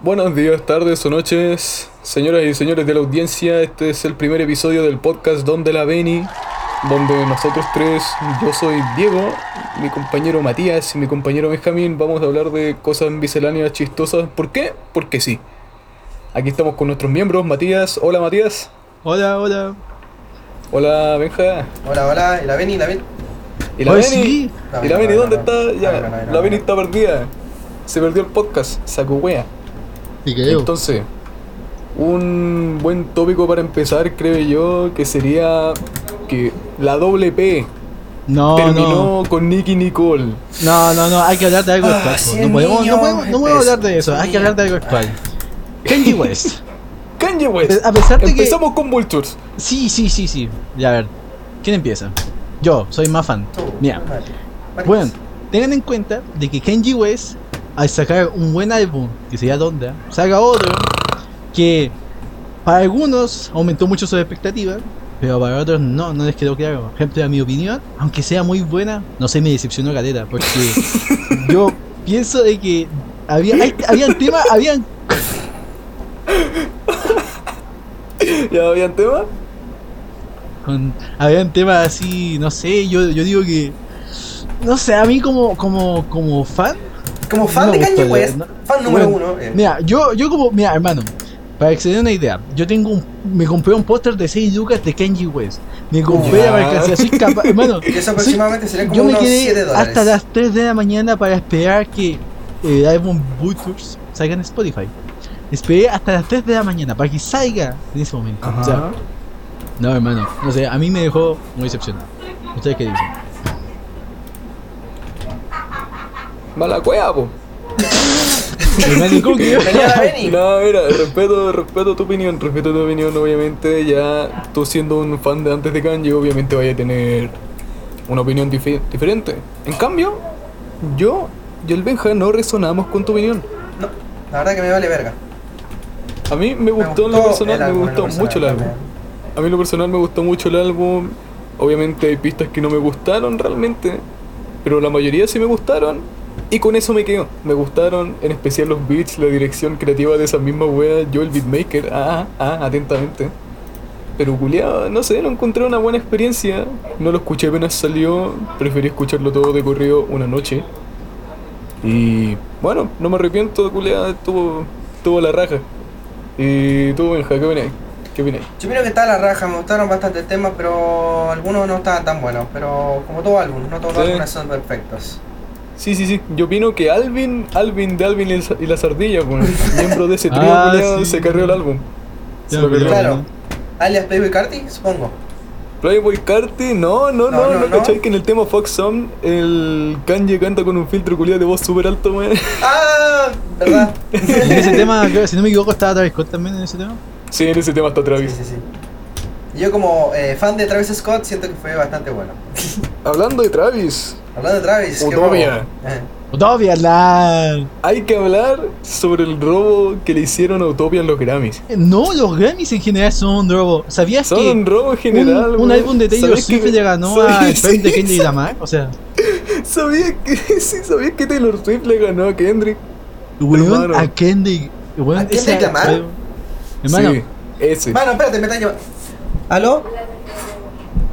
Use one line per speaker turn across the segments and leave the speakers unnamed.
Buenos días, tardes o noches, señoras y señores de la audiencia. Este es el primer episodio del podcast Donde la Beni, donde nosotros tres, yo soy Diego, mi compañero Matías y mi compañero Benjamín, vamos a hablar de cosas misceláneas chistosas. ¿Por qué? Porque sí. Aquí estamos con nuestros miembros, Matías. Hola, Matías.
Hola, hola.
Hola, Benja.
Hola, hola, y la Beni, la Beni.
¿Y la
Oye,
Beni?
sí.
¿Y la
No,
Beni
no, no,
dónde
no.
está? Ya,
No, no, no, no,
la Beni
no.
está perdida. Se perdió el podcast, saco wea.
Y creo.
Entonces, un buen tópico para empezar, creo yo, que sería que la doble P
no, Oh, no.
terminó con Nicky Nicole.
No, no, no, hay que hablar de algo
Ah,
actual.
si
no,
el
podemos,
niño
no podemos, no podemos
empezó,
hablar de eso, hay que
mira.
hablar de algo actual. Kanye West.
Kanye West.
Eh, A pesar de que.
Empezamos con Vultures.
Sí, sí, sí, sí. Ya, a ver. ¿Quién empieza? Yo, soy más fan.
Tú,
Mira.
vale. Vale.
Bueno, tengan en cuenta de que Kenji West, al sacar un buen álbum, que sería Donda, saca otro que para algunos aumentó mucho sus expectativas, pero para otros no, no les quedó claro. Por ejemplo, a mi opinión, aunque sea muy buena, no sé, me decepcionó Galera, porque yo pienso de que había, hay- habían temas, habían...
¿Ya habían tema?
con- habían temas así, no sé, yo, yo digo que... No sé, a mí como, como, como fan,
Como fan
no
de
me gustó
Kanye
la-
West,
no-
fan número
Bueno,
uno. eh,
Mira, yo, yo como, mira, hermano, para que se den una idea, yo tengo un, me compré un póster de 6 lucas de Kenji West. Me compré
Ya.
la mercancía, soy capaz, hermano.
Y eso
soy-
aproximadamente serían como
yo me
unos 7
quedé
dólares.
hasta las 3 de la mañana para esperar que eh, el álbum Vultures salga en Spotify. Esperé hasta las 3 de la mañana para que salga en ese momento. O sea, no, hermano, no sé, a mí me dejó muy decepcionado. ¿Ustedes qué dicen?
Mala cueva, po.
Hermano, ¿cómo que yo?
Venía la Beni.
No, mira, respeto, respeto tu opinión, respeto tu opinión, obviamente, ya tú siendo un fan de antes de Kanye, obviamente vaya a tener una opinión dife- diferente. En cambio, yo y el Benja no resonamos con tu opinión.
No, la verdad que me vale verga.
A mí me
Me
gustó en lo personal,
el
me
álbum, en lo
gustó
personal
mucho el álbum.
también.
A mí en lo personal me gustó mucho el álbum. Obviamente hay pistas que no me gustaron realmente, pero la mayoría sí me gustaron. Y con eso me quedo. Me gustaron en especial los beats, la dirección creativa de esa misma wea, yo el beatmaker. Ah, ah, atentamente. Pero culiado, no sé, no encontré una buena experiencia. No lo escuché apenas salió. Preferí escucharlo todo de corrido una noche. Y bueno, no me arrepiento, culiado. Estuvo, estuvo la raja. Y tú, Benja, ¿qué opináis? ¿Qué opináis?
Yo creo que está la raja, me gustaron bastante temas, pero algunos no estaban tan buenos. Pero como todo álbum, no todos
Sí.
los álbumes son perfectos.
Sí, sí, sí. Yo opino que Alvin, Alvin de Alvin y las- y las ardillas, bueno, miembro de ese trío,
Ah,
culiao,
sí.
se carrió el álbum. Se
Ya
lo
me
carrió.
acordé.
Claro. Alias Playboy Carti, supongo.
Playboy Carti, no, no, no,
No,
no,
no, no.
cachai que en el tema Fox Song el Kanye canta con un filtro culiado de voz súper alto, man.
¡Ah! ¿Verdad?
En ese tema, creo, si no me equivoco, estaba Travis Scott también en ese tema.
Sí, en ese tema está
Sí,
Travis.
sí, sí. Y Yo como eh, fan de Travis Scott siento que fue bastante bueno.
Hablando de Travis,
Hablando de Travis, qué
Utopia.
guapo. Eh,
Utopia, la...
hay que hablar sobre el robo que le hicieron a Utopia en los Grammys.
No, los Grammys en general son un robo. ¿Sabías
Son
que
un robo en general.
un, un
weón.
álbum de Taylor
¿Sabías que-
Swift le ganó
sabías-
al premio de
sí,
Kendrick Lamar? O sea,
¿Sabías que, sí, ¿sabías que Taylor Swift le ganó a Kendrick?
weón,
Hermano.
a Kendrick. Weón,
¿A
ese-
Kendrick Lamar?
weón. Hermano,
Sí, ese.
Mano, espérate, me están llamando. ¿Aló?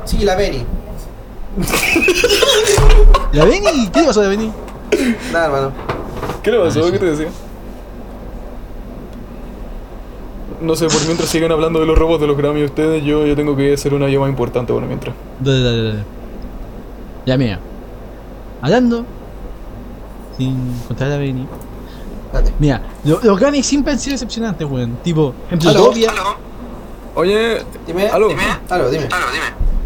Sí, la Benny.
la Beni, ¿qué le pasó a la Beni?
Nada, hermano.
¿Qué le pasó?
Ah, sí.
¿Qué te decía? No sé, por mientras sigan hablando de los robos de los Grammy ustedes, yo, yo tengo que hacer una llamada importante por mientras.
Dale, dale, dale. Ya, mira. Hablando, sin contar a la Beni.
Date.
Mira, lo- los Grammys siempre han sido decepcionantes, weón. Tipo, ejemplo,
¿Aló?
Utopia.
Oye,
Dime.
aló,
Eh, Dime. Aló, dime.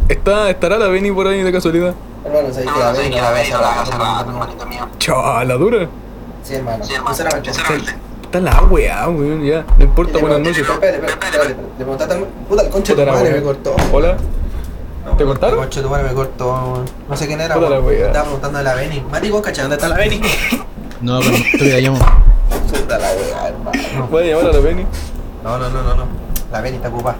¿está, ¿estará la Benny por ahí de casualidad?
Hermano, sabes que la Benny no la vas a hablar.
Chao, la dura.
Sí, hermano. Sinceramente. Espérate,
Está la weá, weón, ya. No importa, buenas noches.
Espérate, espérate, espérate. Le preguntaste al. Puta, el concha de
Puta
tu
la
madre
wea.
me cortó.
Hola. ¿Te
El
cortaron?
concha de tu madre me cortó. No sé quién era.
Puta la
weón.
wea.
Estaba preguntando de la Benny. Mati, vos cachai, ¿dónde está la Benny?
No, pero tú la llamo.
Puta la wea, hermano.
Voy a llamar a la Benny.
No, no, no, no, no. La Benny está ocupada.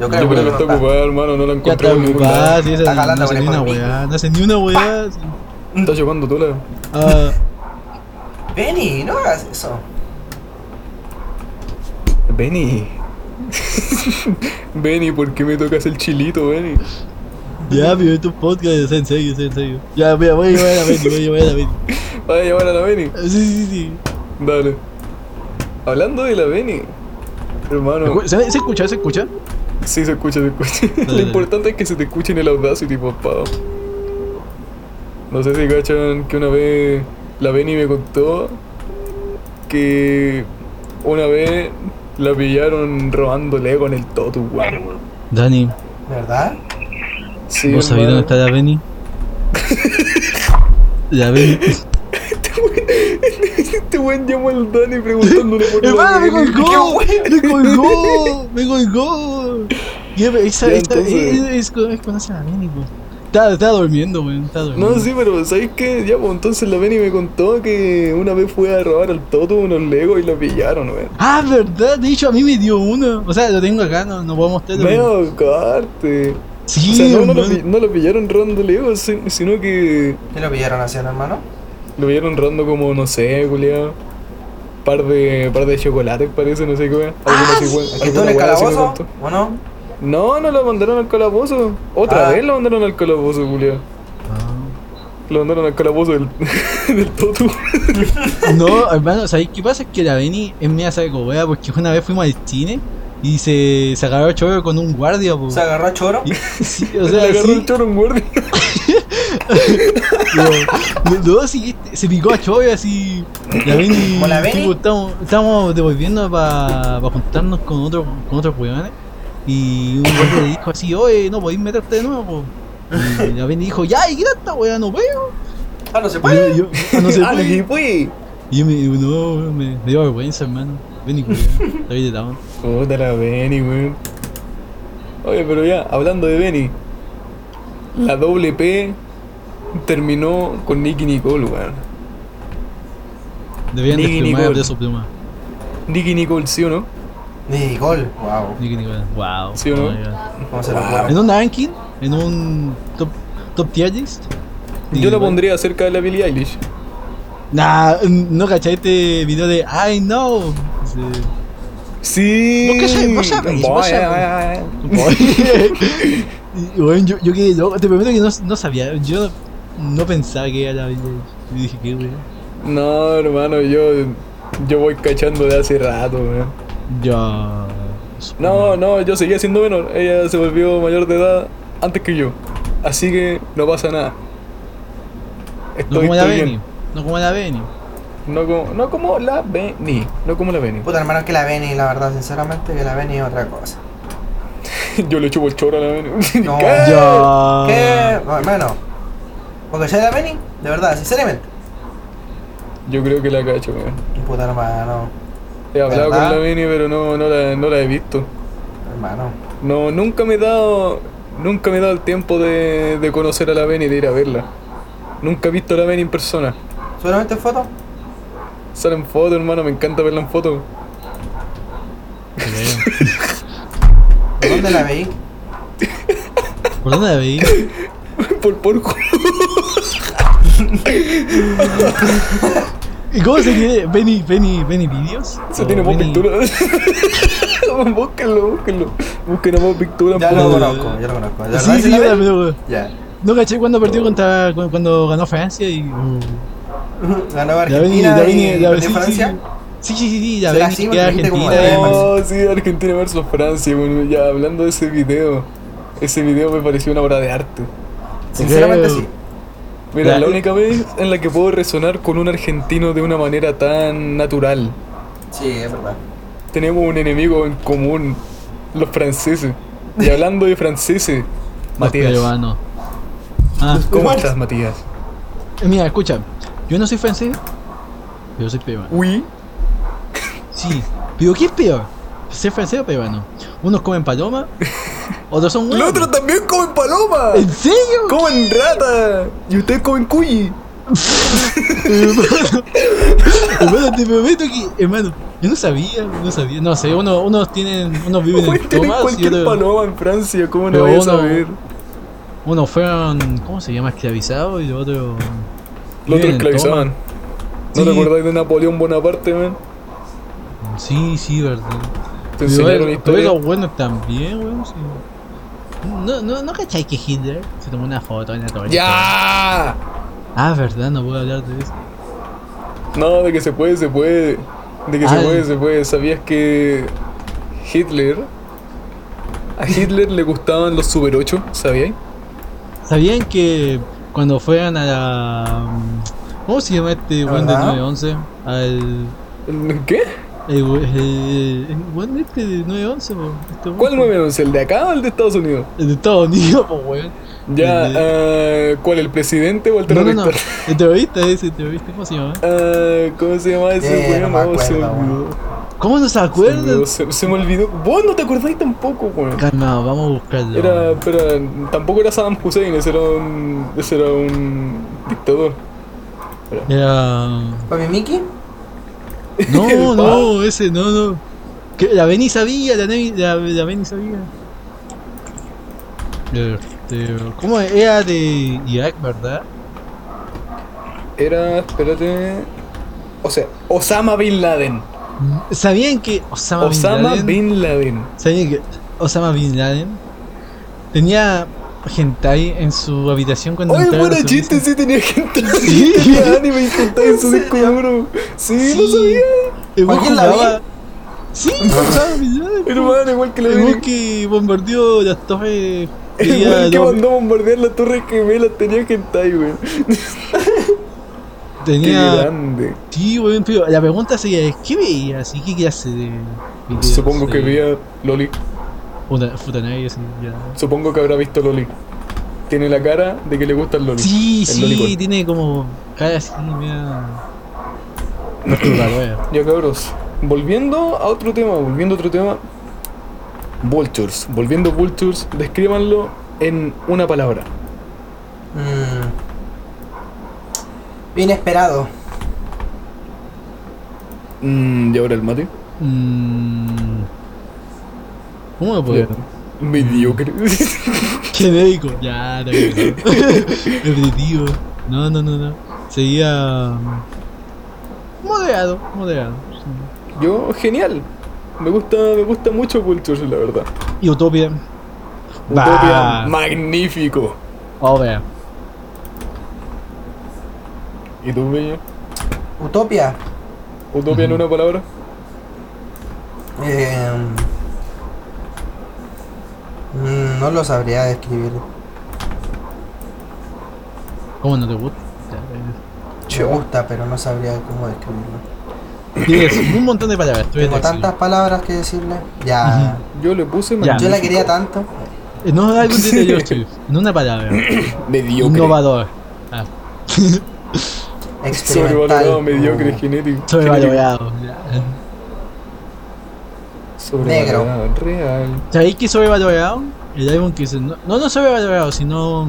Yo creo que está
no
ocupada, hermano, no la
Ya
encontré
está
en ningún
ocupada,
lado.
sí,
Está
esa, no
jalando
hace ni
con el
una
palmito.
weá, no hace ni una weá. sí.
Está chupando tú la.
Ah,
Benny, no hagas eso.
Benny. Benny, ¿por qué me tocas el chilito, Benny?
Ya, pero tu podcast es en serio, es en serio. Ya, mira, voy a llevar a Benny, voy a llevar a Benny.
Voy a llevar Ah, a la Benny.
Sí, sí, sí.
Dale. Hablando de la Benny. Hermano,
Escu- ¿Se, se escucha? ¿Se escucha?
sí se escucha, se escucha. Lo
dale.
importante es que se te escuche en el Audacity, papá. No sé si cachan que una vez la Benny me contó que una vez la pillaron robando Lego en el Totu, weón.
Dani,
¿De verdad?
Sí,
¿vos sabés
hermano.
dónde está la Benny? La Benny.
Este weón llamó al Dani preguntándole por
¡Hermano, me
Benny.
colgó! ¡Me colgó! ¡Me colgó! Ya, pero esa,
Ya,
esta-
entonces.
es, es con- es con esa la Benny, po. Estaba, estaba durmiendo, weón. Estaba durmiendo.
No, sí, pero ¿sabes qué? Ya, pues entonces la Benny me contó que una vez fue a robar al Toto unos Legos y lo pillaron, weón.
Ah, verdad, de hecho a mí me dio uno. O sea, lo tengo acá, no, no puedo mostrarlo.
Meo, carte.
Sí,
O sea, no, no, lo,
hermano.
pi- no lo pillaron robando Legos, si- sino que
¿Qué lo pillaron haciendo, hermano?
lo pillaron robando como, no sé, culiado. Par de, par de chocolates parece, no sé qué. weón. Alguna así, weón,
¿Aquí todo Ah, en
alguna
el
weá así me
calabozo?
contó.
¿O no?
No, no lo mandaron al calabozo. Otra
Ah.
vez lo mandaron al calabozo, culiado.
Ah.
Lo mandaron al calabozo del, del Toto.
No, hermano, ¿sabéis qué pasa? Es que la Beni es media wea porque una vez fuimos al cine y se, se agarró chorro con un guardia, po.
¿Se agarró a choro?
Sí, o
Le
sea,
agarró
sí,
el choro a un guardia.
no, no, sí, este, se picó a chorro así. La Beni,
¿Con la Beni?
tipo, estamos, estábamos devolviendo para juntarnos con, otro, con otros weones y un guardia le dijo así, oye, no podéis meterte de nuevo, po. Y la Beni dijo, ya, ¿y qué era esta wea? No veo.
Ah, no se
Y
puede.
yo- yo- ah, no se
Ah,
puede.
le fui.
Y yo me, no, me, me dio vergüenza, hermano. Beni, culiao, la vida de down.
Puta la Benny, weón. Oye, pero ya, hablando de Benny, la doble P terminó con Nicky Nicole, weón.
Deberían
Nicky
desplumar
Nicole.
de su pluma.
Nicky Nicole, ¿sí o no?
Ni gol. Wow.
Nicky Nicole. Wow.
¿Sí o no?
Oh my God.
¿Cómo se lo
Wow.
ocurre?
¿En un ranking? ¿En un top, top tier list? Nicky
Yo la
Nicole.
pondría cerca de la Billie Eilish.
Nah, no cachai este video de I know. Sí.
Sí.
Vos cachai, vos sabés, vos
Vaya,
sabés.
vaya, vaya.
Y, bueno, yo, yo quedé loco. Te prometo que no, no sabía. Yo no pensaba que era la vida. Yo dije, qué weón.
No, hermano, yo, yo voy cachando de hace rato, weón.
Ya.
No, no, yo seguía siendo menor. Ella se volvió mayor de edad antes que yo. Así que no pasa nada.
No
Estoy,
como la
estoy bien.
Benny. No como la Benny.
No como, no como la Beni. No como la Beni.
Puta, hermano, que la Beni, la verdad, sinceramente, que la Beni es otra cosa.
Yo le chupo el choro a la Beni.
No.
¿Qué?
Ya.
¿Qué? No, hermano. Porque ya de la Beni, de verdad, sinceramente.
Yo creo que la cacho, weón.
Puta, hermano.
He hablado
¿Verdad?
con la Beni, pero no, no, la, no la he visto.
Hermano.
No, nunca me he dado. Nunca me he dado el tiempo de, de conocer a la Beni, de ir a verla. Nunca he visto a la Beni en persona.
¿Solamente foto?
Sale en foto, hermano, me encanta verla en foto.
Te veo.
¿De dónde la veí?
¿Por dónde la veí?
Por porco.
¿Y cómo se tiene? ¿Benny, Benny, Benny videos?
Se
Oh,
¿O
tiene más
Benny-
pintura. búsquenlo, búsquenlo. Busquen a más pintura.
Ya
por-
lo
puta.
conozco, ya lo conozco. ¿De verdad
Sí,
se
sí,
la
yo
Beni?
también, weón.
Ya.
No caché cuando perdió contra. cu- cuando ganó Francia y. mm,
Ganó
La Benny, la
Argentina
Benny,
y
la
perdió
sí,
Francia.
Sí, sí, sí, sí, sí, la
Se la
Benny
sigo,
queda
gente, como
Argentina
la
y
Benny.
Francia.
Oh, sí, Argentina versus Francia, bueno, ya hablando de ese video, ese video me pareció una obra de arte.
Sinceramente
creo.
sí.
Mira,
Ya.
la única vez en la que puedo resonar con un argentino de una manera tan natural.
Sí, es verdad.
Tenemos un enemigo en común, los franceses. Y hablando de franceses,
Los
Matías.
peruanos. Ah,
¿Cómo estás, Matías?
eh, mira, escucha. Yo no soy francés, pero soy peruano.
Uy,
Sí. ¿Pero qué es peor? ¿Ser francés o peruano? Unos comen paloma, otros son
los
huevos.
otros también comen paloma,
¿En serio?
comen rata y ustedes comen cuyi.
hermano, hermano, te prometo que, hermano, yo no sabía, no sabía, no sé, uno, unos tienen, unos viven
Uy,
en
tienen
Tomás y
cualquier
otros,
paloma en Francia, ¿cómo no
Pero
voy a
uno-
saber?
unos fueron, ¿cómo se llama? Esclavizados y los otros...
Los
viven
otros
en
esclavizaban. ¿No
Sí.
te acordáis de Napoleón Bonaparte, man?
Tomás. Sí, sí, verdad.
Te enseñaron
Pero-
historia.
pero bueno también, weón. sí. No, no, no cachai que Hitler se tomó una foto en la torre.
¡Ya!
Ah, verdad, no puedo hablar de eso.
No, de que se puede, se puede. De que se
Al-
puede, se puede. ¿Sabías que Hitler... A Hitler le gustaban los Super 8, ¿sabíais?
¿Sabían que cuando fueron a la. ¿Cómo se llama este
¿La
weón de
verdad?
911? Al. Mm.
¿Qué?
El, we- el, el weón este de 911, po, este weón.
¿Cuál 911? ¿El de acá o el de Estados Unidos?
El de Estados Unidos, po, weón.
Ya,
El
ah, ¿cuál? ¿El presidente o el
No, no,
terrorista?
no. El terrorista ese, el terrorista, ¿cómo se llama?
Ah, ¿Cómo se llama ese
Eh, no
weón?
me
Oh, se
acuerdo,
olvidó.
weón.
¿Cómo no
Se me
se
olvidó,
acuerdan?
Se, se me olvidó. Vos no te acordáis tampoco, weón.
Calmado, vamos a buscarlo.
Era, pero tampoco era Saddam Hussein, ese era un, ese era un dictador.
Era-
¿Papi Mickey?
No,
El Papa.
no, ese, no, no. Que la Beni sabía, la, Nemi- la, la Beni sabía. Este, ¿Cómo es? era de Irak, verdad?
Era, espérate. O sea, Osama Bin Laden.
¿Sabían que Osama,
Osama
Bin Laden,
Bin Laden.
¿Sabían que Osama Bin Laden tenía hentai en su habitación cuando
Oye,
entraba a
buena
su
chiste,
pieza?
sí tenía gente.
Sí.
Tenía anime intentado en su disco duro. Sí, lo
Sí.
sabía.
El güey
¿Joaquín Lavín?
jugaba- Sí, Osama Bin Laden.
Hermano, igual que la
El güey
Beni.
que bombardeó las torres.
El
quería
weón que
dos-
mandó a bombardear la torre gemela tenía hentai, weón. Qué
tenía
grande.
Sí, weón, pero la pregunta sería, es, ¿qué veía? Así que qué hace de videos?
Supongo que
de-
veía Loli.
Puta, puta nadie así ya.
Supongo que habrá visto Loli. Tiene la cara de que le gusta el Loli.
Sí,
El
sí,
lolicón.
tiene como cara así, mira. No es raro, weón.
Ya cabros, volviendo a otro tema, volviendo a otro tema. Vultures, volviendo a Vultures, descríbanlo en una palabra.
Mm. Inesperado.
Mm, y ahora el mate.
Mm. ¿Cómo me puedo?
Mediocre.
Genérico. Ya, no, Repetitivo. No, no, no, no. Sería. mm, Moderado, moderado. sí.
Yo, genial. Me gusta, me gusta mucho Vultures, la verdad.
Y Utopia.
Utopia,
Bah.
magnífico.
Oh, vea.
¿Y tú, Peña?
Utopia.
¿Utopia en
Ujú.
una palabra?
Em, mm, no lo sabría describir.
¿Cómo no te gusta? Ya, weón.
Me gusta, pero no sabría cómo describirlo.
Tienes un montón de palabras. estoy
Tengo
de acuerdo.
tantas palabras que decirle. Ya.
Yo le puse
Ya.
Yo
magnífico.
la quería tanto.
Eh, No algo de yo, Steve. En una palabra.
Mediocre.
Innovador. Ah,
Sobrevalorado,
Experimental.
Oh.
mediocre, genérico.
sobrevalorado.
Sobrevalorado, real.
¿Sabéis que sobrevalorado? El álbum que dice. No, no no sobrevalorado, sino.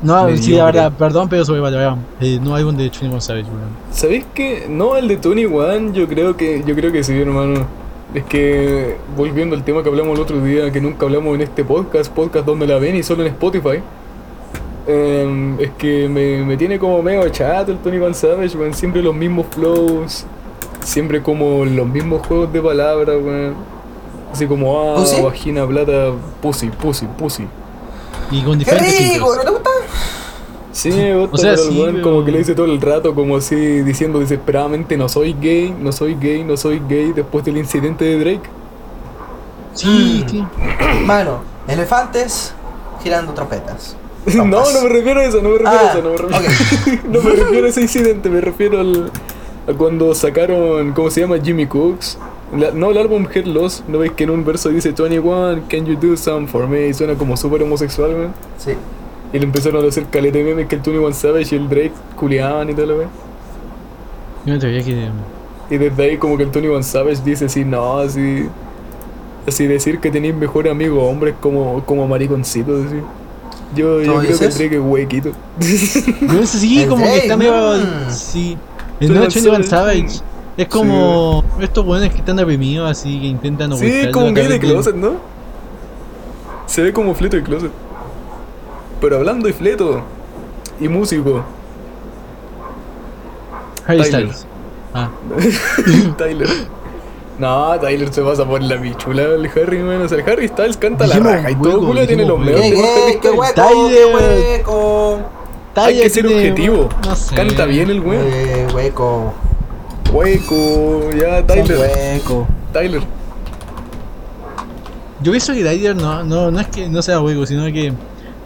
No, sí,
Mediocre.
la verdad, perdón, pero sobrevalorado. El no álbum de Chuni González, weón.
¿Sabéis que no el de Tony One? Yo creo que yo creo que sí, hermano. Es que volviendo al tema que hablamos el otro día, que nunca hablamos en este podcast, podcast donde la ven y solo en Spotify. em, es que me, me tiene como medio chato el Tony One Savage, weón. Siempre los mismos flows, siempre como los mismos juegos de palabras, weón. Así como, ah,
¿Pussy?
vagina, plata, pussy, pussy, pussy.
Y con
¡Qué
diferentes.
rico!
filtros.
¿No te gusta?
Sí, me gusta,
O sea,
pero el
sí,
weón
pero-
como que le dice todo el rato, como así, diciendo desesperadamente, no soy gay, no soy gay, no soy gay, después del incidente de Drake.
Sí,
Mm.
sí.
Mano, elefantes girando trompetas.
No,
Trompas.
no me refiero a eso, no me refiero a
Ah,
eso, no me refiero,
ok.
no me refiero a ese incidente, me refiero al, a cuando sacaron, ¿cómo se llama? Jimmy Cooks. La- no, el álbum Head Loss, ¿no veis que en un verso dice 21, can you do some for me? Y suena como súper homosexual, weón.
Sí.
Y le empezaron a hacer caleta de memes que el Tony One Savage y el Drake culeaban y tal, weón.
Yo no te veía que.
Y desde ahí como que el Tony Van Savage dice así, no, así... Así decir que tenéis mejor amigo hombre es como, como mariconcito, así. Yo, yo
¿Tú
creo que
dices?
Drake es huequito.
Yo sé, sí,
El
como que
Drake,
está medio.
mm.
Sí. El
Tú
nuevo
lo
Chuni
sabes.
González. Es como estos weones que están deprimidos, así que intentan
sí,
ocultar
como
la
un gay de
carretera.
closet, ¿no? Se ve como fleto de closet. Pero hablando de fleto y músico,
Harry
Tyler.
Styles. Ah,
Tyler. No, Tyler se pasa por la bichula al Harry, man. O sea, el Harry Styles canta la
Dijimos
raja y
hueco,
todo culo tiene
dijimos
los
hueco. Eh,
medios
¡Qué,
de Harry
qué, qué
Styles.
hueco! ¡Qué
Tyler.
hueco!
Hay que ser
tiene-
objetivo.
no sé.
Canta bien el
Eh,
weón.
¡Qué Eh, hueco!
Hueco, ya,
Son
Tyler.
hueco!
Tyler.
Yo pienso que Tyler no, no, no es que no sea hueco, sino que el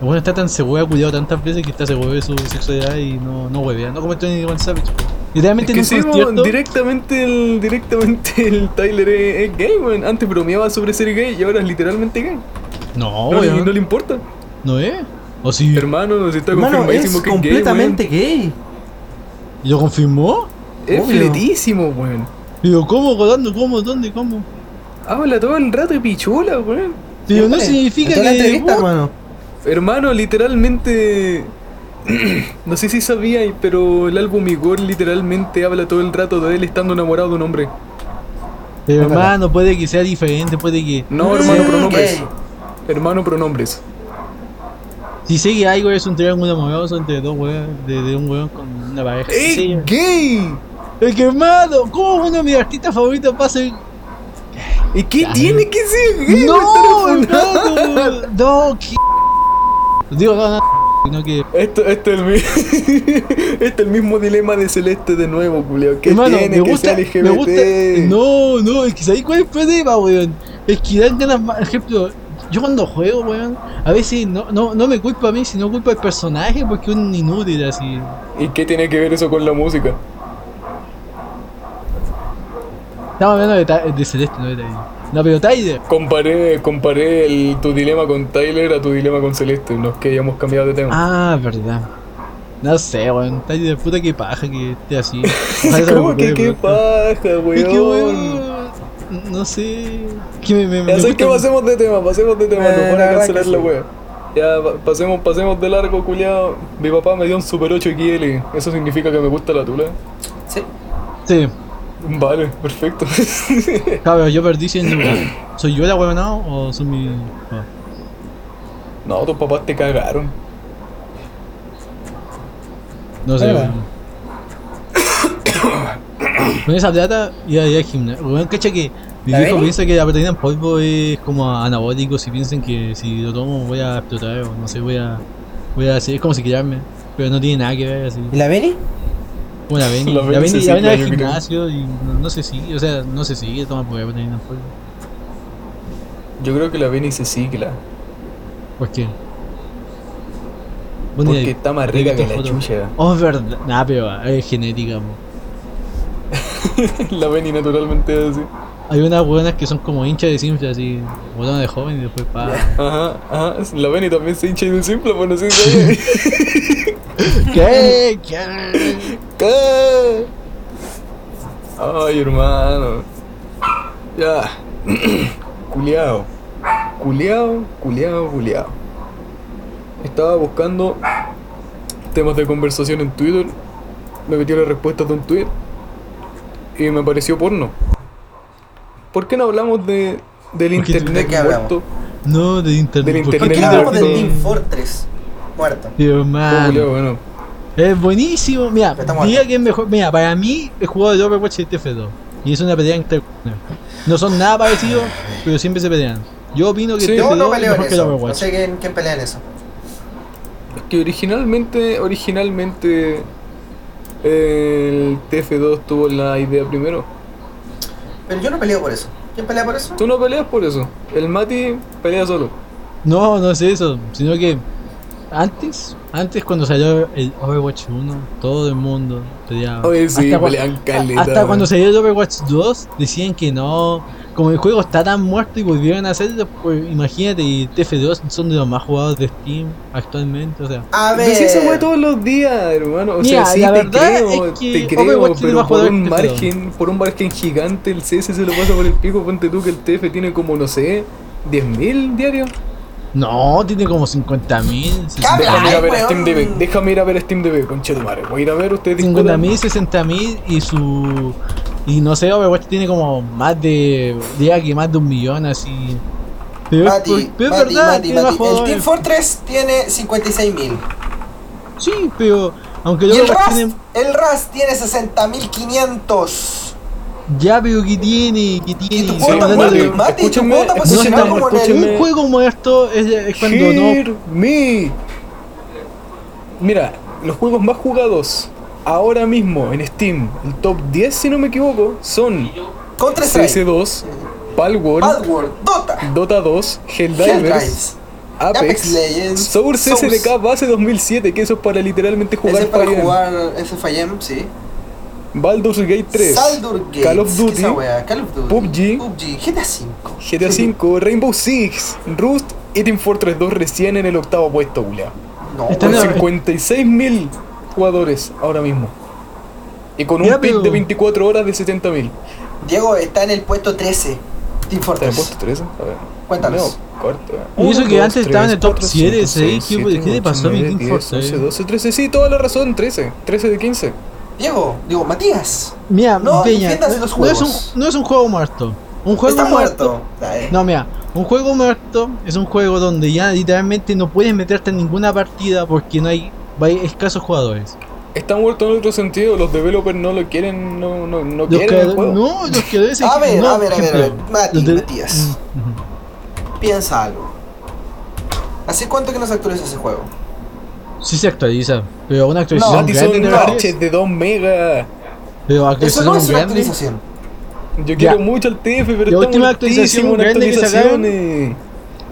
bueno está tan seguro, ha cuidado tantas veces que está seguro de su sexualidad y no, no huevea. No como Tony Iván Savage. po.
Es
Literalmente
que sí,
en un
weón,
concierto.
directamente el, directamente el Tyler es, es gay, weón. Antes bromeaba sobre ser gay y ahora es literalmente gay.
Oh,
No,
No, le-
weón.
no le importa.
No es. O sí.
Hermano, nos está
Hermano, es
confirmadísimo que es gay, weón.
completamente gay.
¿Y lo confirmó?
Es
obvio.
fletísimo, weón.
Digo, ¿cómo? ¿Cuándo? ¿Cómo? ¿Dónde? ¿Cómo?
Habla todo el rato de pichula, weón.
Pero no
Siempre.
significa
En toda la
que.
entrevista, hermano.
Hermano, literalmente. no sé si sabíais, pero el álbum Igor literalmente habla todo el rato de él estando enamorado de un hombre.
Pero hermano, puede que sea diferente, puede que.
No, hermano,
Mm,
pronombres.
gay.
Hermano, pronombres.
Si sé que algo es un triángulo amoroso entre dos weón, de, de un weón con una pareja.
¡Es
Sí.
gay!
El quemado, ¿cómo uno de mis artistas favoritos pasa el...
¿Y qué
Ya.
tiene que ser gay?
No,
Me está refunando.
hermano, no, que... Digo, no, no, sino que...
Esto, esto es el mismo, este es el mismo dilema de Celeste de nuevo, Julio. ¿Qué
hermano,
tiene
me
que
gusta,
ser LGBT?
me gusta... No, no, es que ¿sabes cuál es el problema, weón? Es que dan ganas más... Por ejemplo, yo cuando juego, weón, a veces no, no, no me culpa a mí, sino culpa al personaje porque es un inútil así.
¿Y qué tiene que ver eso con la música?
Estamos hablando de, Ta- de Celeste, no de Tyler. No, pero Tyler...
Comparé, comparé el- tu dilema con Tyler a tu dilema con Celeste. No es que hayamos cambiado de tema.
Ah, verdad. No sé, weón. Está de puta que paja que esté así. Ojalá se
¿Cómo que
recupere
qué
pronto.
paja,
Es que,
weón?
weón, No sé. Que me, me, me
Ya sé que
gusta-
pasemos de tema, pasemos de tema. Nos
Eh,
van
la
a
verdad
cancelar
que
la
sí.
wea. Ya, pa- pasemos, pasemos de largo, culiao. Mi papá me dio un Super 8 XL. ¿Eso significa que me gusta la tula?
Sí.
Sí,
Vale, perfecto.
cabrón, yo perdí 100 lucas. ¿Soy yo la weonado o soy mi.? papá?
no, tus papás te cagaron.
No sé,
Hola.
weón. Con esa plata iba a ir al gimnasio. Weón, cacha que. Mi
¿La
viejo
ven?
piensa que la proteína en polvo es como anabólico. Si piensan que si lo tomo voy a explotar o no sé, voy a. Voy a hacer. Es como si quillarme. Pero no tiene nada que ver así.
¿Y la Beni?
Una vez,
La
la
Beni
ven
se
la ven
cicla,
al
yo creo.
gimnasio y no, no se sigue, o sea, no se sigue, toma porque voy a tener fuego.
Yo creo que la Beni se cicla.
¿Por qué? Vos ni-
Porque está más
ni
rica
viste
que la
foto.
chucha.
Oh, es verdad. Nah, pero ah, es genética, po.
la Beni naturalmente es así.
Hay unas buenas que son como hinchas de simple, así, botones de joven y después pa.
Ajá, ajá. La Beni también se hincha de un simple, pues no sé si
¿Qué? ¿Qué?
¿Qué? Ay, hermano. Ya. culeado. Culeado, culeado, culeado. Estaba buscando temas de conversación en Twitter. Me metió las respuestas de un tweet. Y me apareció porno. ¿Por qué no hablamos de, del
¿Por qué- de
internet
qué hablamos?
muerto?
No, de internet.
Del
¿por
¿Por
internet Beni
qué no hablamos
muerto.
del Team Fortress? Muerto.
Dios
Oh, culiao,
mío.
bueno.
Es buenísimo. Mira,
Pero está muerto.
diga que es mejor. Mira, para mí, el jugador de Overwatch es TF2. Y es una pelea entre. No son nada parecidos, pero siempre se pelean. Yo opino que
Sí.
TF2
Yo no
es
peleo en
mejor que el
eso. No
Overwatch.
sé quién, quién pelea en eso.
Es que originalmente, originalmente el TF2 tuvo la idea primero.
Pero yo no peleo por eso. ¿Quién pelea por eso?
Tú no peleas por eso. El Mati pelea solo.
No, no es eso. Sino que antes, antes cuando salió el Overwatch 1, todo el mundo peleaba.
Oye, sí,
Hasta cua-
pelean caleta.
Hasta cuando
weón.
salió el Overwatch 2 decían que no, como el juego está tan muerto y volvieron a hacerlo, pues, imagínate, y TF2 son de los más jugados de Steam actualmente, o sea.
A ver.
Decís esa weá todos los días, hermano. O
Mira,
sea, sí,
la
te
verdad
creo,
es que
te creo,
Overwatch tiene
pero
más
por un
jugadores que TF2.
margen, por un margen gigante el CS se lo pasa por el pico. Ponte tú que el TF tiene como, no sé, 10.000 diarios.
No, tiene como 50.000,
Habla,
Déjame ir a
ay,
ver
weón.
SteamDB, déjame ir a ver SteamDB, conche tu madre. Voy a ir a ver, ustedes
50.000,
discutan.
60.000 y su... Y no sé, Overwatch tiene como más de... Diga que más de un millón así. Pero, es por-
Mati,
pero es
Mati,
verdad,
Mati,
tiene más
Mati. El Team
jugadores.
Fortress tiene 56.000.
Sí, pero... Aunque el
Y el
Overwatch
Rust,
tiene...
el Rust tiene 60.500.
Ya veo que tiene, que
Y tu
tiene.
juego
sí,
está
no,
hablando
no,
muerto,
de-
no,
Mati. Tu
escúchame,
juego está
no
posicionado
estamos-
como en
escúchame.
el.
un juego como esto es, es cuando no.
Hear me. Mira, los juegos más jugados ahora mismo en Steam, el top 10 si no me equivoco, son
Contra Strike,
CS2, Palworld,
Adworld, Dota,
Dota 2, Helldivers,
Helldivers, Apex
Apex,
Legends,
Source
Source.
SDK base 2007, que eso es para literalmente
Ese
jugar
es para
para bien.
jugar FIM, sí.
Baldur's Gate 3,
Saldur Gates,
Call of
¿qué
Duty,
esa wea? Call of Duty,
PUBG,
PUBG, GTA 5.
GTA V, Rainbow Six, Rust y Team Fortress 2 recién en el octavo puesto, Julia.
No,
Está
Con
en
pues,
el-
56.000 jugadores ahora mismo. Y con un
Mira,
pick
pero-
de 24 horas de 70.000.
Diego está en el puesto 13. Team
¿Está en
Fortress.
puesto 13? A ver.
Cuéntanos.
No, cuarto.
Y eso
Uno,
que
dos,
antes estaba en el
tres,
top
cuatro,
7,
cinco,
seis, ¿qué-
siete,
qué le
ocho,
pasó a mi
nueve,
King
diez,
Fortress?
11, 12, 13. Sí, toda la razón. 13. 13 de 15.
Diego, digo, Matías.
Mira,
No,
Peña,
defiendas los
no, es
juegos.
un, no es un juego muerto. Un juego
está
muerto.
muerto. Dale.
No, mira, un juego muerto es un juego donde ya literalmente no puedes meterte en ninguna partida porque no hay, hay escasos jugadores.
Está muerto en otro sentido. Los developers no lo quieren. No, no, no
Los
quieren
que-
el juego.
no, los que deben ser-
A ver,
no,
a ver, a
por
ver, a ver.
ejemplo,
Mati,
los de-
Matías.
Mm,
Piensa algo. ¿Hace cuánto que no se actualiza ese juego?
ujú. Sí se actualiza, pero una actualización
Mati,
grande
son
no
parches de 2 megas.
es, Pero
Eso
actualización
no es una
grande.
actualización.
Yo
Ya.
quiero mucho al TF, pero
La
está
última
muertísimo
actualización
en
grande que sacaron
actualizaciones.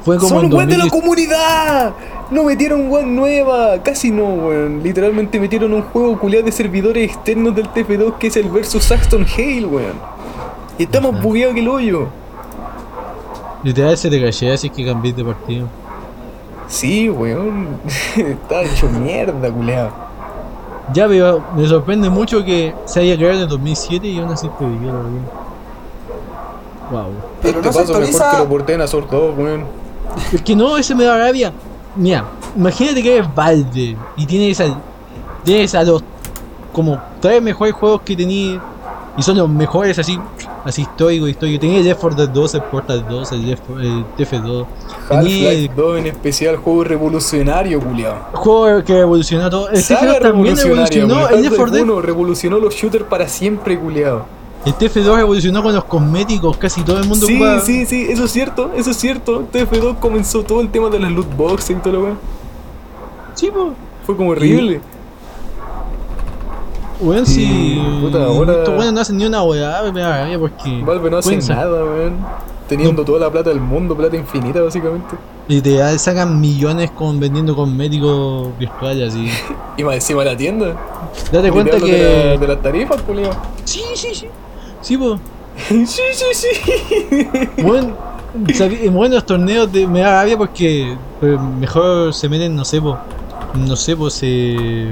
Fue como
Son
en
weas de la
2010.
comunidad. No metieron web nueva. Casi no, weón. Literalmente metieron un juego culiado de servidores externos del TF2 que es el versus Axton Hale, weón. Y está más
Ajá.
bugueado que el hoyo.
Literal se te caché, así que cambié de partido.
Sí, weón. está hecho mierda, culiado.
Ya veo, me sorprende mucho que se haya creado en el 2007 y aún así te dijeron bien. Wow.
Pero
este
no se
paso mejor
actualiza.
que lo porten a Sword 2, weón.
Es que no, ese me da rabia. Mira, imagínate que eres Valve y tienes a, tienes a los como tres mejores juegos que tenía y son los mejores así, así histórico, histórico. Tenía el Left 4 Dead 2, el Portal 2, el, Left, el TF2. Tenía el
Half-Life 2 en especial, juego revolucionario, culiado.
juego que revolucionó todo. El
Saga
TF2 Este también
revolucionaria,
revolucionó.
weón.
El Left 4
Half-Life
Dead
1 revolucionó los shooters para siempre, culiado.
El TF2 revolucionó con los cosméticos, casi todo el mundo
Sí,
jugaba.
sí, sí, eso es cierto, eso es cierto. TF2 comenzó todo el tema de las loot boxes y todo lo weón.
Sí, po.
Fue como horrible.
Weón, si.
puta, ahora-
Estos weones no hacen ni una weá, me da rabia porque.
Valve no hace
piensa,
nada, weón. Teniendo toda la plata del mundo, plata infinita básicamente.
Literal, sacan millones con vendiendo cosméticos virtuales así.
Y más encima la tienda.
Date
Y
cuenta
hablo
que.
De, la- de las tarifas, culiao.
Sí, sí, sí. Sí, po.
sí, sí, sí.
Bueno, en buenos torneos de- me da rabia porque eh, mejor se meten, no sé, po, no sé, po, se,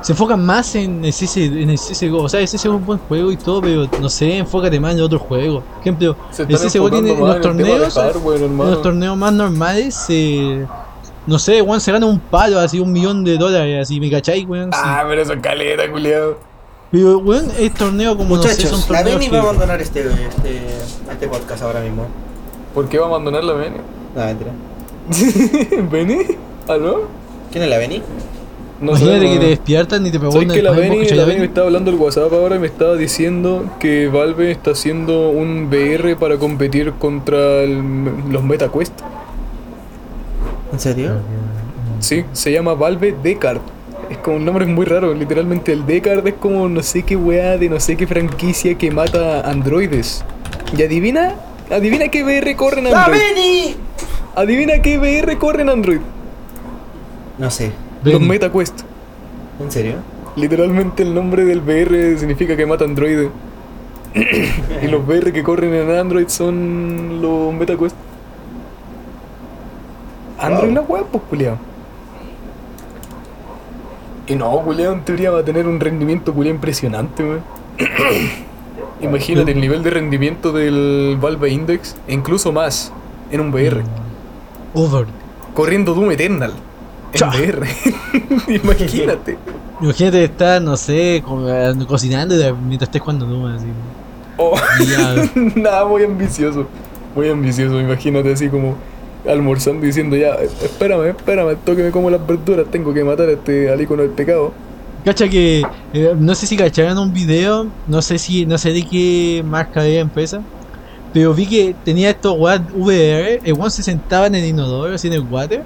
se enfocan más en el, CS, en el CSGO. O sea, el CSGO es un buen juego y todo, pero no sé, enfócate más en otro juego. Por ejemplo,
Se
el CSGO tiene en
enfocando
los
más en el tema de
torneos,
hardware,
en
hermano.
los torneos más normales, eh, no sé, weón, se gana un palo, así un millón de dólares, así, ¿me cacháis, weón? Sí.
Ah, pero eso es caleta, culiao.
Pero, weón, es torneo como no sé, son
Muchachos, la
torneos
Beni
que-
va a abandonar este, este, este podcast ahora mismo.
¿Por qué va a abandonar la Beni?
No, mentira.
¿Beni? ¿Aló?
¿Quién es la Beni?
No sé,
Imagínate que
weón.
te despiertan y te preguntan.
Sabes que la
¿cómo
Beni,
escuchas
la
la
Beni me
Beni?
estaba hablando el WhatsApp ahora y me estaba diciendo que Valve está haciendo un VR para competir contra el- los MetaQuest.
¿En serio?
Sí, se llama Valve Decard. Es como un nombre muy raro, literalmente el Decard es como no sé qué weá de no sé qué franquicia que mata androides. Y adivina, adivina qué VR corre en
¡La
Android.
Beni!
Adivina qué VR corre en Android.
No sé,
Los
Beni.
MetaQuest.
¿en serio?
Literalmente el nombre del VR significa que mata androides. y los VR que corren en Android son los MetaQuest. Android la web, pues culiao. Y no, culiao, en teoría va a tener un rendimiento culiao impresionante, weón. Imagínate el nivel de rendimiento del Valve Index, e incluso más, en un VR.
Mm. Over.
Corriendo Doom Eternal. En
Cha.
VR. Imagínate.
Imagínate estar, no sé, co- eh, cocinando y de- mientras estés jugando Doom así.
Oh.
Y ya,
Nada, muy ambicioso. Muy ambicioso, imagínate así como almorzando eh, y diciendo ya, espérame, espérame, al toque me como las verduras, tengo que matar a este al ícono del pecado.
Cacha que eh, no sé si cacharon un video, no sé si no sé de qué marca de empresa, pero vi que tenía estos weas VR, el weón se sentaba en el inodoro, así en el water,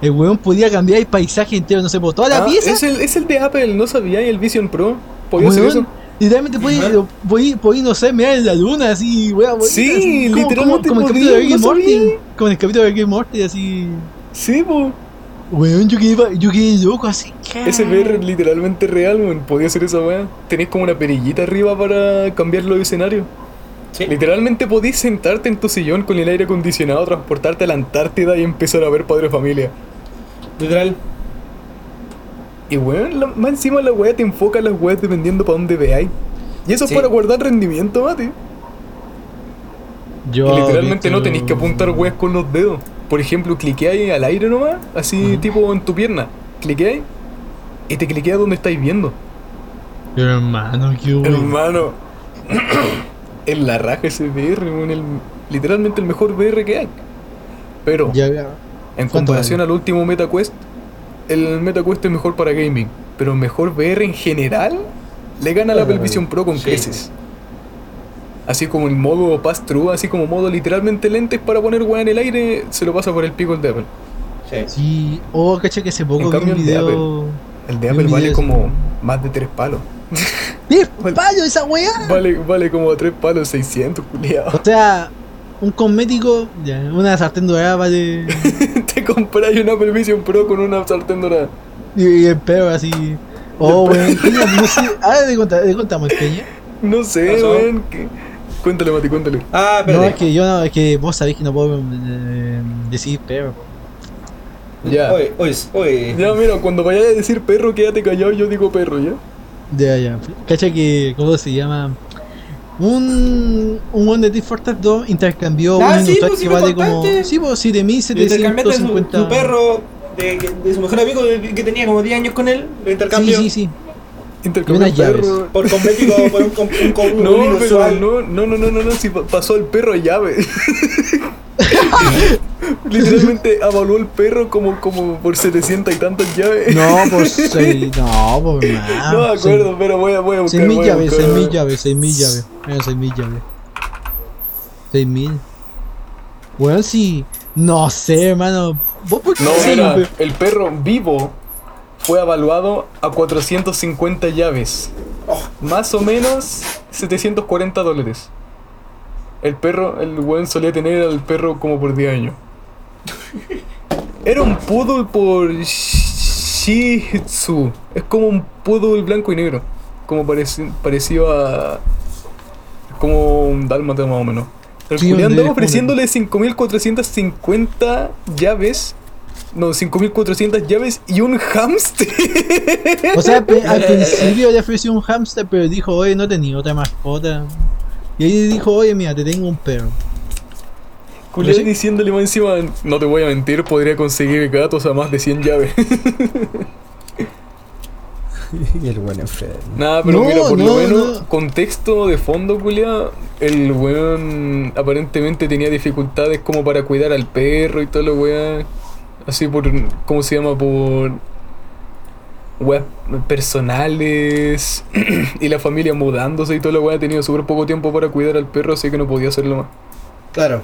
el weón podía cambiar el paisaje entero, no sé, por toda la
Ah,
pieza.
Es el, es el de Apple, no sabía, y el Vision Pro. ¿Podía hacer
weón,
eso?
Literalmente podía,
Ajá.
podía- podía, no sé, mirar en la luna así, weón.
Sí, literalmente
Como, el
podía,
capítulo de Rick y
no
Morty.
sabía.
Como en el capítulo de Rick y Morty, así.
Sí, po.
Weón, yo quedé, pa- yo quedé loco, así. ¿qué?
Ese VR es literalmente real, weón. Podía hacer esa weá. Tenés como una perillita arriba para cambiar los escenarios.
Sí.
Literalmente podías sentarte en tu sillón con el aire acondicionado, transportarte a la Antártida y empezar a ver Padre Familia.
Literal.
Y weón, la- más encima la weá te enfoca las weas dependiendo para dónde veáis. Y eso
Sí.
es para guardar rendimiento, mate.
Yo,
Y literalmente no
Víctor,
tenéis que apuntar weas con los dedos. Por ejemplo, cliqueáis al aire nomás, así
Ujú.
tipo en tu pierna. Cliqueáis y te cliqueas donde estáis viendo.
Pero hermano, qué bueno.
Hermano, en la raja ese VR, weón, el- literalmente el mejor VR que hay. Pero
Ya, ya.
en
¿cuánto
comparación
vale?
al último MetaQuest, el MetaQuest es mejor para gaming, pero mejor VR en general le gana la
Ah,
Apple Vision Pro con
sí.
creces. Así como el modo pass-through, así como modo literalmente lentes para poner weá en el aire, se lo pasa por el pico el de Apple.
Sí.
Sí. Oh, caché que hace poco
En
vi un
cambio, el de
video.
El de
Yo
Apple
vi
vale
eso.
como más de tres palos.
¡Diez palos ¡Eh, esa weá!
Vale, vale como tres palos 600, culiado.
O sea, un cosmético, ya, una sartén dorada vale.
Te compráis una Apple Vision Pro con una sartén dorada.
y, y el perro así. Oh, weón. Peña, no sé. Ahora le, conta- le contamos, Peña.
No sé,
Pasó.
weón. que- Cuéntale, Mati, cuéntale.
Ah,
No,
espérate.
es que yo no, es que vos sabés que no puedo eh, decir perro.
Ya.
Oye, oye, oye.
Ya, mira, cuando vayas a decir perro, quédate callado, yo digo perro, ¿ya?
Ya, ya. Cacha que, ¿cómo se llama? Un, un One de Team Fortress 2 intercambió
Ah,
un
sí,
inusual
pues, sí
que
me
vale como.
contaste.
Sí, pues
Le intercambiaste su,
7.750.
su perro de, de su mejor amigo de- que tenía como 10 años con él. Lo
Sí,
intercambió
sí, sí.
Intercambio
unas
perro.
por cosmético, por un, com- un, com- un
No, pero
inusual.
no, no, no, no, no, no, si pa- pasó el perro a llave. Literalmente avaló el perro como, como por 700 y tantas llaves.
No, pues. sí, no, pues, más.
No me acuerdo, pero voy a, voy a buscar.
6.000
voy a
llaves,
buscar,
6.000
voy a-
llaves, 6.000 llaves. Eran 6.000 llaves. 6.000. Weón, sí. No sé, hermano. ¿Vos por qué
No,
sí,
mira,
pe-
el perro vivo fue evaluado a 450 llaves.
Oh.
Más o menos 740 dólares. El perro, el weón solía tener al perro como por 10 años. Era un poodle por Shih Tzu. Es como un poodle blanco y negro. Como pareci- parecido a. Como un dálmata más o menos. El
Sí,
Julián
donde-
andaba ofreciéndole 5.450 llaves. No, 5.400 llaves y un hamster.
O sea, pe- al principio le ofreció un hamster, pero dijo, oye, no tenía otra mascota. Y ahí dijo, oye, mira, te tengo un perro.
Julián
¿Sí?
diciéndole más encima, no te voy a mentir, podría conseguir gatos a más de 100 llaves.
Y el buen enfermo.
Nada, pero
No,
mira, por
no,
lo menos,
no.
contexto de fondo, Julia, el weón aparentemente tenía dificultades como para cuidar al perro y todo lo weón. Así por, ¿cómo se llama? Por weas personales y la familia mudándose y todo lo weón. Ha tenido súper poco tiempo para cuidar al perro, así que no podía hacerlo más.
Claro.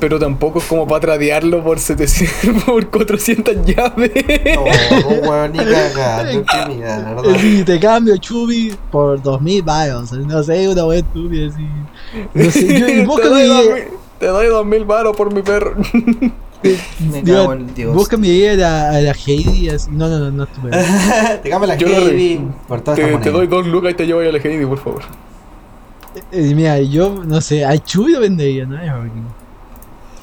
Pero tampoco es como para tradearlo por 700, por 400 llaves.
No, weón, ni cagando, qué mierda.
Ah.
Y te cambio Chubby por 2000 baros. No sé, una wea estúpida así. No sé, yo, y vos
te, doy dos
cambié-
mil- te doy dos mil varos por mi perro.
Me
Mira,
cago en Dios.
Vos cambié a la, a la Heidi. así- No, no, no, no estuve.
te cambio la
Yo lo
Heidi
re-
por todas
Te,
estas
te doy
monedas.
dos lucas y te llevo ahí a la Heidi, por favor.
Eh, mira, yo no sé, a Chuy lo vendería, ¿no? A Rocky.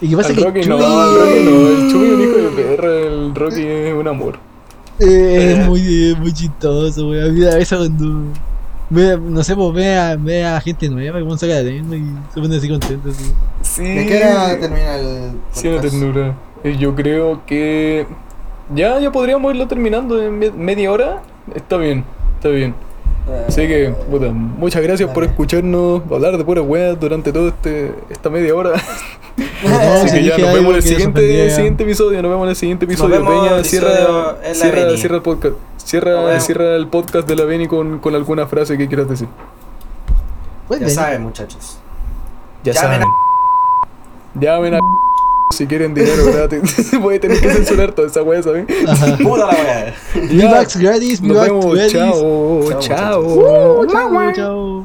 Y qué pasa
Al
que
Rocky
Chuy,
no, al Rocky no. El Chuy es un hijo de perra, el Rocky es un amor.
eh, es muy, eh, muy chistoso, güey. A mí a veces cuando ve- no sé, pues ve a, ve a gente nueva que saca la lengua y se pone así contento. Así.
Sí.
¿De qué hora termina el
Sí, una
podcast?
ternura. Eh, Yo creo que. Ya, ya podríamos irlo terminando en me- media hora. Está bien, está bien.
Eh,
Así que, puta, muchas gracias por
Dale.
escucharnos hablar de pura weas durante toda este, esta media hora.
No,
Así
si
que ya
dije
nos vemos en
algo
el
que les
siguiente,
ofendiera.
siguiente episodio. Nos vemos en el siguiente episodio.
vemos
Peña,
episodio
cierra,
en la
cierra,
Reni.
cierra el podcast. Cierra,
Nos vemos.
cierra el podcast de la Beni con, con alguna frase que quieras decir.
Pues
Ya
ven,
saben, muchachos.
Ya
Llamen
saben. Llamen a si quieren dinero gratis. Voy a tener que censurar toda esa wea, ¿sabes?
Ajá.
Puta la wea.
V-Bucks gratis,
Nos
V-Bucks
vemos.
gratis.
Chao.
Chao,
Chao.
Uh, chao, chao.